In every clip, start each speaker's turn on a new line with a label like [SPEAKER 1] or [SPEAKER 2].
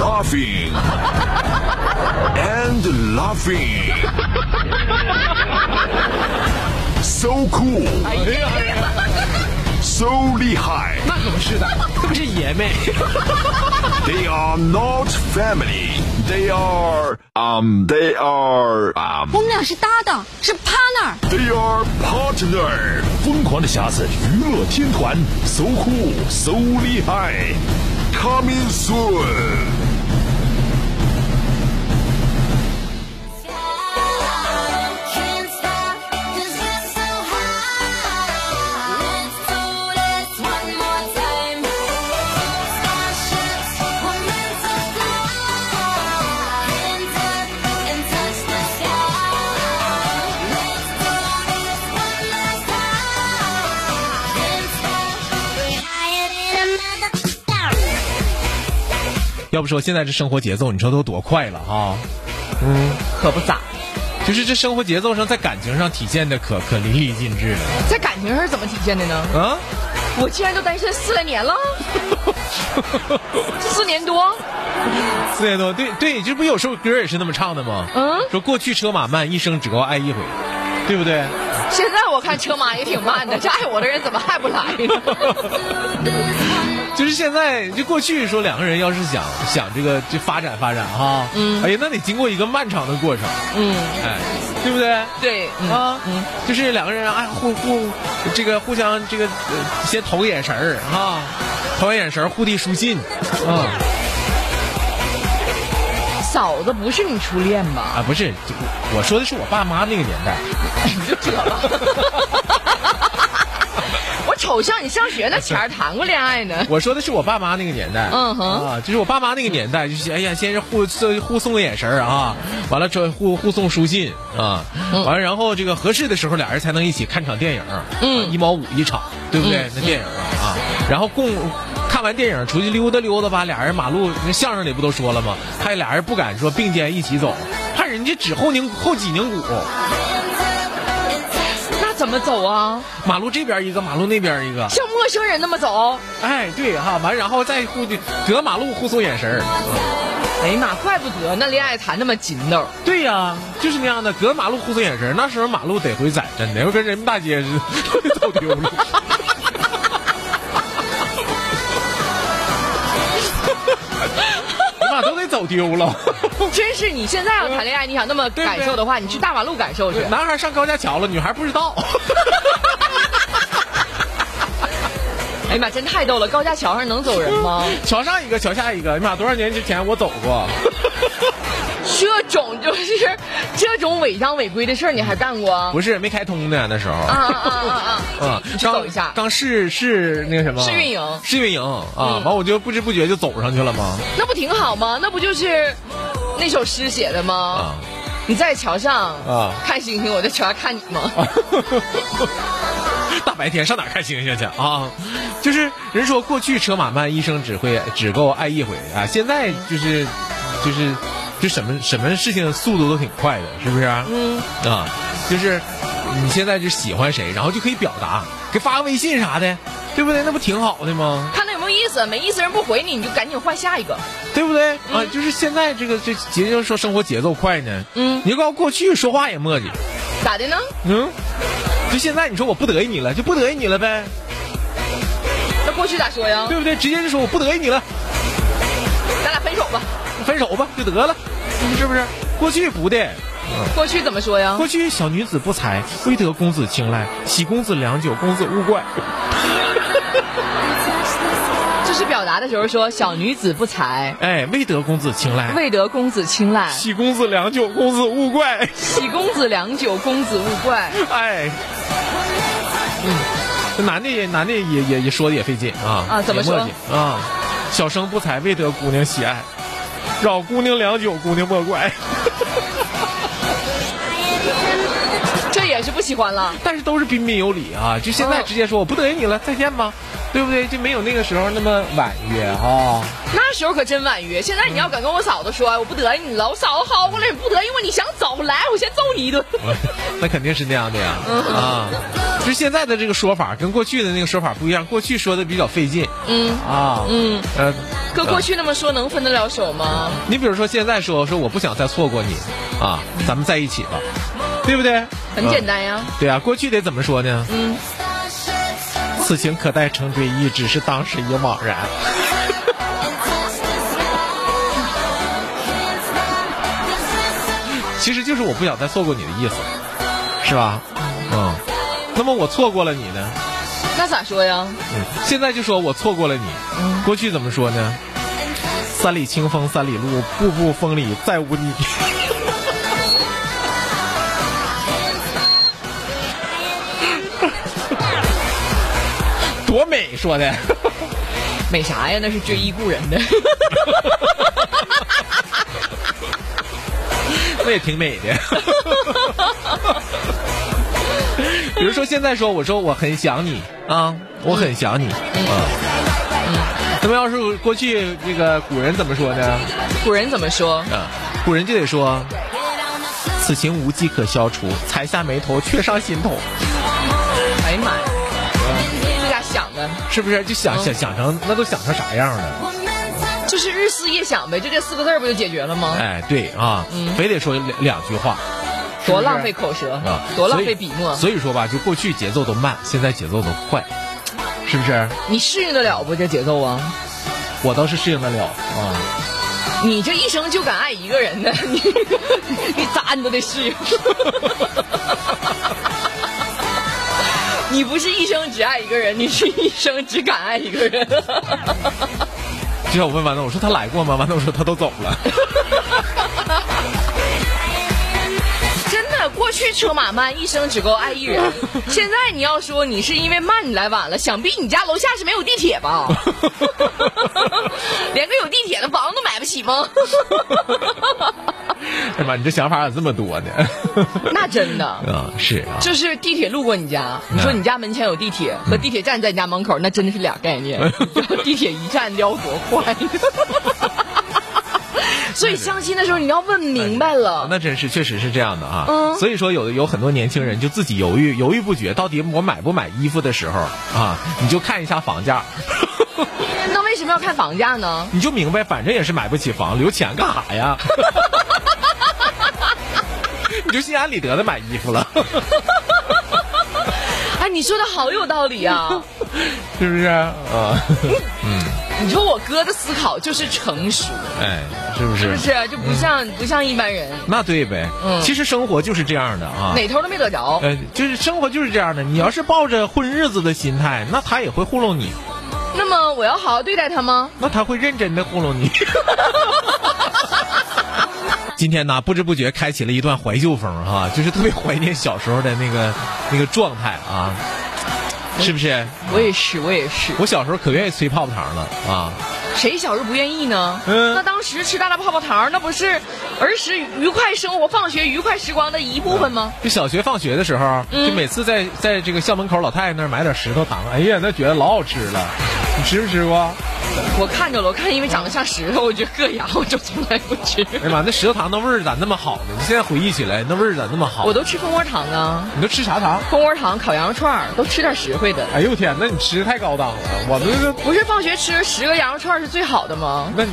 [SPEAKER 1] laughing, and laughing. So cool,
[SPEAKER 2] 哎呀，
[SPEAKER 1] so 厉害。
[SPEAKER 2] 那可不是的，特别是爷们。
[SPEAKER 1] They are not family. They are um. They are um.
[SPEAKER 3] 我们俩是搭档，是 partner。
[SPEAKER 1] They are partner。疯狂的匣子娱乐天团，so cool, so 厉害。Coming soon.
[SPEAKER 4] Can't stop 'cause we're so high. Let's do this one more time. Starships were meant to fly. Hands up and touch the sky. Let's do this one last time. Can't stop. We're higher than a mother.
[SPEAKER 2] 要不说现在这生活节奏，你说都多快了啊！嗯，可不咋，就是这生活节奏上，在感情上体现的可可淋漓尽致了
[SPEAKER 5] 在感情上是怎么体现的呢？
[SPEAKER 2] 啊！
[SPEAKER 5] 我竟然都单身四来 年了，四年多，
[SPEAKER 2] 四年多，对对，这不有首歌也是那么唱的吗？
[SPEAKER 5] 嗯
[SPEAKER 2] 说过去车马慢，一生只够爱一回，对不对？
[SPEAKER 5] 现在我看车马也挺慢的，这爱我的人怎么还不来呢？
[SPEAKER 2] 就是现在，就过去说两个人要是想想这个这发展发展哈，嗯，哎呀，那得经过一个漫长的过程，
[SPEAKER 5] 嗯，
[SPEAKER 2] 哎，对不对？
[SPEAKER 5] 对，嗯
[SPEAKER 2] 啊，就是两个人哎互互这个互相这个、呃先投眼神儿啊，
[SPEAKER 5] 嗯
[SPEAKER 2] 投完眼神儿互递书信，啊
[SPEAKER 5] 嫂子不是你初恋吧？
[SPEAKER 2] 啊不是，这我说的是我爸妈那个年代，
[SPEAKER 5] 我瞅上你上学那前儿谈过恋爱呢。
[SPEAKER 2] 我说的是我爸妈那个年代，
[SPEAKER 5] 嗯哼
[SPEAKER 2] 啊，就是我爸妈那个年代，就是哎呀，先是互送互送个眼神儿啊，完了之后互互送书信啊，
[SPEAKER 5] 嗯
[SPEAKER 2] 完了然后这个合适的时候俩人才能一起看场电影，嗯，一毛五一场，对不对？
[SPEAKER 5] 嗯
[SPEAKER 2] 那电影啊啊，然后共。看完电影出去溜达溜达吧，俩人马路那相声里不都说了吗？还俩人不敢说并肩一起走，怕人家指后拧后脊拧骨。
[SPEAKER 5] 那怎么走啊？
[SPEAKER 2] 马路这边一个，马路那边一个，
[SPEAKER 5] 像陌生人那么走？
[SPEAKER 2] 哎，对哈、完然后再互隔马路互送眼神儿。
[SPEAKER 5] 哎呀妈，怪不得那恋爱谈那么紧斗。
[SPEAKER 2] 对呀、就是那样的，隔马路互送眼神。那时候马路得回窄，真的要跟人民大街似的，走丢了。 你妈都得走丢了。
[SPEAKER 5] 真是，你现在要谈恋爱，你想那么
[SPEAKER 2] 对不对
[SPEAKER 5] 感受的话，你去大马路感受去。
[SPEAKER 2] 男孩上高架桥了，女孩不知道。
[SPEAKER 5] 哎呀妈，真太逗了！高架桥上能走人吗？
[SPEAKER 2] 桥上一个，桥下一个。你妈多少年之前我走过，
[SPEAKER 5] 这种就是这种违章违规的事儿，你还干过？啊
[SPEAKER 2] 不是没开通呢，那时候。
[SPEAKER 5] 啊啊啊
[SPEAKER 2] 嗯
[SPEAKER 5] 啊！去，去
[SPEAKER 2] 刚
[SPEAKER 5] 走一下。
[SPEAKER 2] 刚试试那个什么
[SPEAKER 5] 试运营嗯
[SPEAKER 2] 试运营啊，完、我就不知不觉就走上去了嘛
[SPEAKER 5] 那不挺好吗？那不就是那首诗写的吗？
[SPEAKER 2] 啊。
[SPEAKER 5] 你在桥上
[SPEAKER 2] 啊
[SPEAKER 5] 看星星，我在桥下看你吗？
[SPEAKER 2] 大白天上哪儿看星星去啊？就是人说过去车马慢，一生只会只够爱一回啊。现在就是就是就什么什么事情速度都挺快的，是不是、嗯啊，就是你现在就喜欢谁，然后就可以表达，给发个微信啥的，对不对？那不挺好的吗？
[SPEAKER 5] 看他有没有意思，没意思人不回你，你就赶紧换下一个。
[SPEAKER 2] 对不对、啊？就是现在这个这节就说生活节奏快呢，
[SPEAKER 5] 嗯
[SPEAKER 2] 你就告诉过去说话也磨叽，
[SPEAKER 5] 咋的呢？
[SPEAKER 2] 嗯，就现在你说我不得意你了，就不得意你了呗。
[SPEAKER 5] 那过去咋说呀？
[SPEAKER 2] 对不对？直接就说我不得意你了，
[SPEAKER 5] 咱俩分手吧。
[SPEAKER 2] 分手吧就得了，
[SPEAKER 5] 嗯
[SPEAKER 2] 是不是？过去不的，
[SPEAKER 5] 啊过去怎么说呀？
[SPEAKER 2] 过去小女子不才，微得公子青睐，喜公子良久，公子勿怪。
[SPEAKER 5] 就是表达的时候说“小女子不才，
[SPEAKER 2] 哎，未得公子青睐，
[SPEAKER 5] 未得公子青睐，
[SPEAKER 2] 喜公子良久，公子勿怪。
[SPEAKER 5] 喜公子良久，公子勿怪
[SPEAKER 2] 哎，嗯，男的也男的也也也说的也费劲啊
[SPEAKER 5] 啊怎么
[SPEAKER 2] 也磨叽啊？小生不才，未得姑娘喜爱，扰姑娘良久，姑娘莫怪。”，
[SPEAKER 5] 这也是不喜欢了。
[SPEAKER 2] 但是都是彬彬有礼啊，就现在
[SPEAKER 5] 嗯
[SPEAKER 2] 直接说我不等你了，再见吧，对不对？就没有那个时候那么婉约哈、
[SPEAKER 5] 那时候可真婉约，现在你要敢跟我嫂子说，哎我不得意你了，我嫂子薅过来，你不得意我，你想走来，我先揍 你一顿。
[SPEAKER 2] 那肯定是那样的呀，
[SPEAKER 5] 嗯
[SPEAKER 2] 啊，就是现在的这个说法跟过去的那个说法不一样，过去说的比较费劲，嗯啊，嗯呃，
[SPEAKER 5] 可过去那么说，能分得了手吗？
[SPEAKER 2] 你比如说现在说说我不想再错过你，啊，咱们在一起吧，对不对？
[SPEAKER 5] 很简
[SPEAKER 2] 啊、
[SPEAKER 5] 单呀。
[SPEAKER 2] 对啊，过去得怎么说呢？嗯，此情可待成追忆，只是当时已惘然。 其实就是我不想再错过你的意思，是吧？嗯，那么我错过了你呢？
[SPEAKER 5] 那咋说呀？
[SPEAKER 2] 嗯， 现在就说我错过了你。过去怎么说呢？三里清风三里路，步步风里再无你。多美说的，
[SPEAKER 5] 美啥呀？那是追忆故人的。
[SPEAKER 2] 那也挺美的。比如说现在说，我说我很想你啊，我很想你啊。嗯那么要是过去这个古人怎么说呢？
[SPEAKER 5] 古人怎么说？
[SPEAKER 2] 啊，古人就得说，此情无计可消除，才下眉头，却上心头，
[SPEAKER 5] 哎呀妈呀！这家想的
[SPEAKER 2] 是不是？就
[SPEAKER 5] 嗯
[SPEAKER 2] 想想想成那都想成啥样了？
[SPEAKER 5] 就是日思夜想呗，就这四个字儿不就解决了吗？
[SPEAKER 2] 哎，对啊，非得说两两句话
[SPEAKER 5] 嗯多浪费口舌
[SPEAKER 2] 啊，，
[SPEAKER 5] 多浪
[SPEAKER 2] 所
[SPEAKER 5] 费
[SPEAKER 2] 以
[SPEAKER 5] 笔墨。
[SPEAKER 2] 所以说吧，就过去节奏都慢，现在节奏都快，是不是？
[SPEAKER 5] 你适应得了不这节奏啊？
[SPEAKER 2] 我倒是适应得了啊。
[SPEAKER 5] 你这一生就敢爱一个人呢，你你咋你都得适应。你不是一生只爱一个人，你是一生只敢爱一个人。
[SPEAKER 2] 就像我问豌豆，我说他来过吗？豌豆说他都走了。
[SPEAKER 5] 真的，过去车马慢，一生只够爱一人。现在你要说你是因为慢你来晚了，想必你家楼下是没有地铁吧？连个有地铁的房都买不起吗？
[SPEAKER 2] 哎妈，你这想法咋这么多呢？
[SPEAKER 5] 那真的。
[SPEAKER 2] 啊，是啊，
[SPEAKER 5] 就是地铁路过你家，你说你家门前有地铁，和地铁站在你家门口，那真的是俩概念。 地铁一站撩多快，所以相亲的时候你要问明白了，
[SPEAKER 2] 啊那真是，确实是这样的啊。
[SPEAKER 5] 嗯
[SPEAKER 2] 所以说有的有很多年轻人就自己犹豫犹豫不决，到底我买不买衣服的时候啊，你就看一下房价，
[SPEAKER 5] 那为什么要看房价呢？
[SPEAKER 2] 你就明白，反正也是买不起房，留钱干啥呀？ 你就心安理得的买衣服了，
[SPEAKER 5] 哎，你说的好有道理啊！
[SPEAKER 2] 是不是啊？
[SPEAKER 5] 你说我哥的思考就是成熟，
[SPEAKER 2] 哎，是不
[SPEAKER 5] 是
[SPEAKER 2] 是啊
[SPEAKER 5] 不？是？就不像、不像一般人，
[SPEAKER 2] 那对呗。
[SPEAKER 5] 嗯
[SPEAKER 2] 其实生活就是这样的啊。
[SPEAKER 5] 哪头都没得着。
[SPEAKER 2] 呃，就是生活就是这样的。你要是抱着混日子的心态，那他也会糊弄你，
[SPEAKER 5] 那么我要好好对待他吗？
[SPEAKER 2] 那他会认真的糊 弄你。今天呢，不知不觉开启了一段怀旧风哈、就是特别怀念小时候的那个那个状态啊，是不是？
[SPEAKER 5] 我也是，我也是。
[SPEAKER 2] 我小时候可愿意吹泡泡糖了啊，
[SPEAKER 5] 谁小时候不愿意呢？
[SPEAKER 2] 嗯
[SPEAKER 5] 那当时吃大大泡泡糖，那不是儿时愉快生活、放学愉快时光的一部分吗？
[SPEAKER 2] 就小学放学的时候，
[SPEAKER 5] 嗯
[SPEAKER 2] 就每次在在这个校门口老太太那儿买点石头糖，哎呀，那觉得老好吃了。你吃没吃过？
[SPEAKER 5] 我看着了，我看因为长得像石头，我就硌牙，我就从来不吃。
[SPEAKER 2] 哎呀妈，那石头糖那味儿咋那么好呢？你现在回忆起来，那味儿咋那么好？
[SPEAKER 5] 我都吃蜂窝糖啊，
[SPEAKER 2] 你都吃啥糖？
[SPEAKER 5] 蜂窝糖、烤羊肉串儿都吃点实惠的。
[SPEAKER 2] 哎呦天，那你吃的太高档了，我们这
[SPEAKER 5] 不是放学吃十个羊肉串儿是最好的吗？
[SPEAKER 2] 那，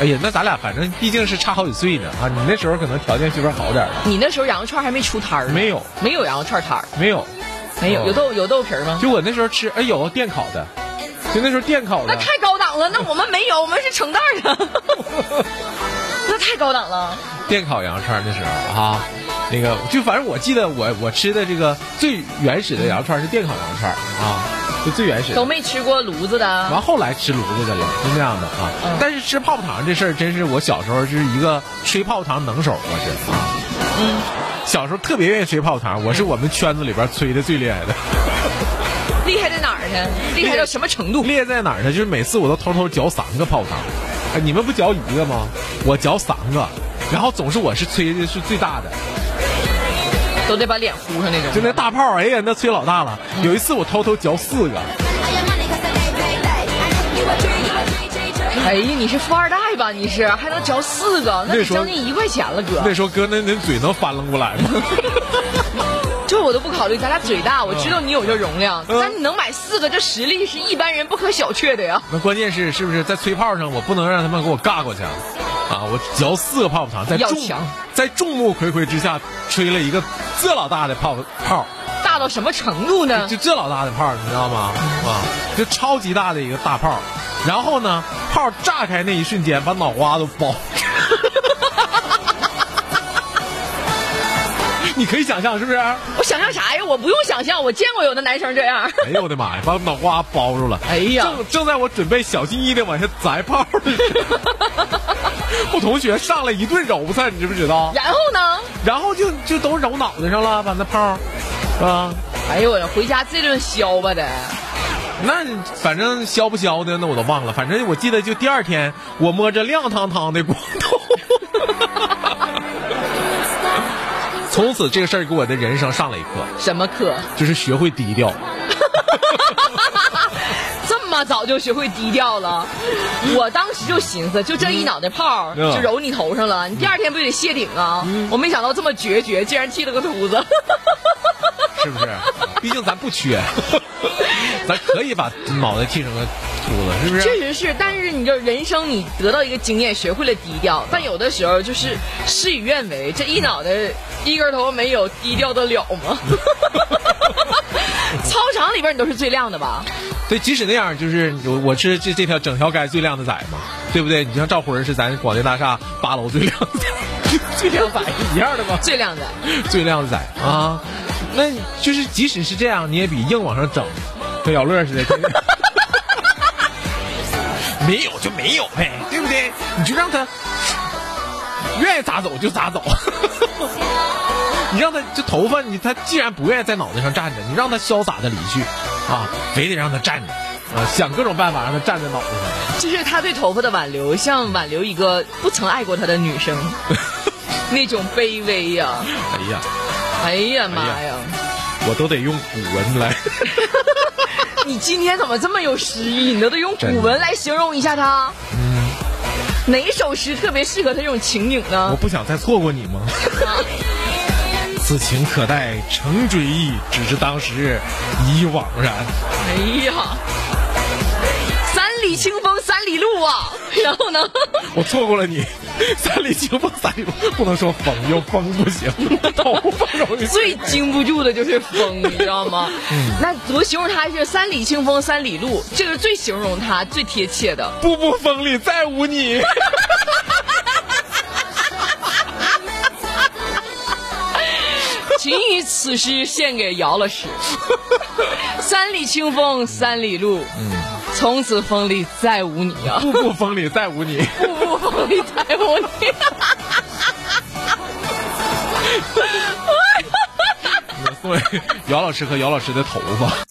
[SPEAKER 2] 哎呀，那咱俩反正毕竟是差好几岁呢啊！你那时候可能条件稍微好点儿，
[SPEAKER 5] 你那时候羊肉串儿还没出摊儿呢，
[SPEAKER 2] 没有
[SPEAKER 5] 没有羊肉串儿摊儿，
[SPEAKER 2] 没有，
[SPEAKER 5] 没有
[SPEAKER 2] 哦
[SPEAKER 5] 有豆有豆皮儿吗？
[SPEAKER 2] 就我那时候吃，哎有电烤的，就那时候电烤
[SPEAKER 5] 那
[SPEAKER 2] 的，
[SPEAKER 5] 太高档了，那我们没有，我们是成袋 儿的，那太高档了。
[SPEAKER 2] 电烤羊肉串儿那时候啊，那个就反正我记得我我吃的这个最原始的羊肉串儿是电烤羊肉串儿啊，就最原始的
[SPEAKER 5] 都。没吃过炉子的，
[SPEAKER 2] 完后来吃炉子的了，就那样的啊。
[SPEAKER 5] 嗯
[SPEAKER 2] 但是吃泡泡糖这事儿，真是我小时候就是一个吹泡泡糖能手，我是啊。
[SPEAKER 5] 嗯
[SPEAKER 2] 小时候特别愿意吹泡泡糖，我是我们圈子里边吹的最厉害的。
[SPEAKER 5] 厉害在哪儿呢？厉害到什么程度？
[SPEAKER 2] 厉害在哪儿呢？就是每次我都偷偷嚼三个泡泡糖，哎，你们不嚼一个吗？我嚼三个，然后总是我是吹的是最大的。
[SPEAKER 5] 都得把脸糊上那种。
[SPEAKER 2] 就那大炮，哎呀，那吹老大了。有一次我偷偷嚼四个，
[SPEAKER 5] 哎呀，你是富二代吧？你是还能嚼四个，那
[SPEAKER 2] 那
[SPEAKER 5] 得
[SPEAKER 2] 时候
[SPEAKER 5] 将近一块钱了，哥。
[SPEAKER 2] 那时候哥那那嘴能翻楞过来吗？
[SPEAKER 5] 这我都不考虑，咱俩嘴大，我知道你有这容量，
[SPEAKER 2] 嗯
[SPEAKER 5] 但你能买四个，这实力是一般人不可小觑的呀。
[SPEAKER 2] 那关键是是不是在吹炮上，我不能让他们给我尬过去啊！啊，我嚼四个泡泡糖，在
[SPEAKER 5] 要
[SPEAKER 2] 众
[SPEAKER 5] 强
[SPEAKER 2] 在众目睽睽之下吹了一个这老大的泡泡，
[SPEAKER 5] 大到什么程度呢？
[SPEAKER 2] 就这老大的泡，你知道吗？啊，就超级大的一个大泡。然后呢，泡炸开那一瞬间，把脑瓜都包。 你可以想象是不是？哎
[SPEAKER 5] 我想象啥呀？我不用想象，我见过有的男生这样。
[SPEAKER 2] 呦我的妈呀，把脑瓜包住了！
[SPEAKER 5] 哎呀，
[SPEAKER 2] 正正在我准备小心翼翼的往下摘泡的时候， 我同学上来一顿揉他，你知不知道？
[SPEAKER 5] 然后呢？
[SPEAKER 2] 然后就就都揉脑袋上了，把那泡儿啊，
[SPEAKER 5] 哎呦我回家这顿削吧得。
[SPEAKER 2] 那反正消不消的，那我都忘了。反正我记得就第二天，我摸着亮堂堂的光头，从此这个事儿给我的人生上了一课，
[SPEAKER 5] 什么课？
[SPEAKER 2] 就是学会低调。
[SPEAKER 5] 这么早就学会低调了？我当时就寻思，就这一脑袋泡儿
[SPEAKER 2] 嗯
[SPEAKER 5] 就揉你头上了，你第二天不得谢顶啊？我没想到这么决绝，竟然剃了个秃子。
[SPEAKER 2] 是不是？ 毕竟咱不缺， 咱可以把脑袋剃成个秃子，是不
[SPEAKER 5] 确
[SPEAKER 2] 是？
[SPEAKER 5] 实是，但是你这人生你得到一个经验，学会了低调，但有的时候就是事与愿违，这一脑袋一根头没有，低调得了吗？ 操场里边你都是最亮的吧？
[SPEAKER 2] 对，即使那样，就是我我是这这条整条街最靓的仔嘛，对不对？你像赵辉是咱广电大厦八楼最靓的 仔，最靓仔一样的吧？
[SPEAKER 5] 最亮的，
[SPEAKER 2] 最靓仔啊！那就是即使是这样，你也比硬往上整，跟姚乐似的。天天 没有就没有呗，对不对？你就让他愿意咋走就咋走， 你让他这头发，你他既然不愿意在脑袋上站着，你让他潇洒的离去啊，非得让他站着啊，想各种办法让他站在脑袋上。
[SPEAKER 5] 这是他对头发的挽留，像挽留一个不曾爱过他的女 生，那种卑微呀、
[SPEAKER 2] 哎呀，
[SPEAKER 5] 哎呀妈呀！
[SPEAKER 2] 我都得用古文来。
[SPEAKER 5] 你今天怎么这么有诗意？你都得用
[SPEAKER 2] 真的
[SPEAKER 5] 古文来形容一下他。哪首诗特别适合他这种情景
[SPEAKER 2] 我
[SPEAKER 5] 呢？
[SPEAKER 2] 不想再错过你吗？此情可待成追忆，只是当时已惘然。
[SPEAKER 5] 哎呀，三里清风三里路啊！ 然后呢？
[SPEAKER 2] 我错过了你， 三里清风三里路，不能说风有风不行，头发容易。
[SPEAKER 5] 最经不住的就是风，你知道吗？那怎么形容他是三里清风三里路？这个是最形容他最贴切的。
[SPEAKER 2] 步步风里再无你。
[SPEAKER 5] 请以此诗献给姚老师。三里清风三里路，从此风里再无你 啊！
[SPEAKER 2] 步步风里再无你，
[SPEAKER 5] 步步风里再无你。啊
[SPEAKER 2] 我送给姚老师和姚老师的头发。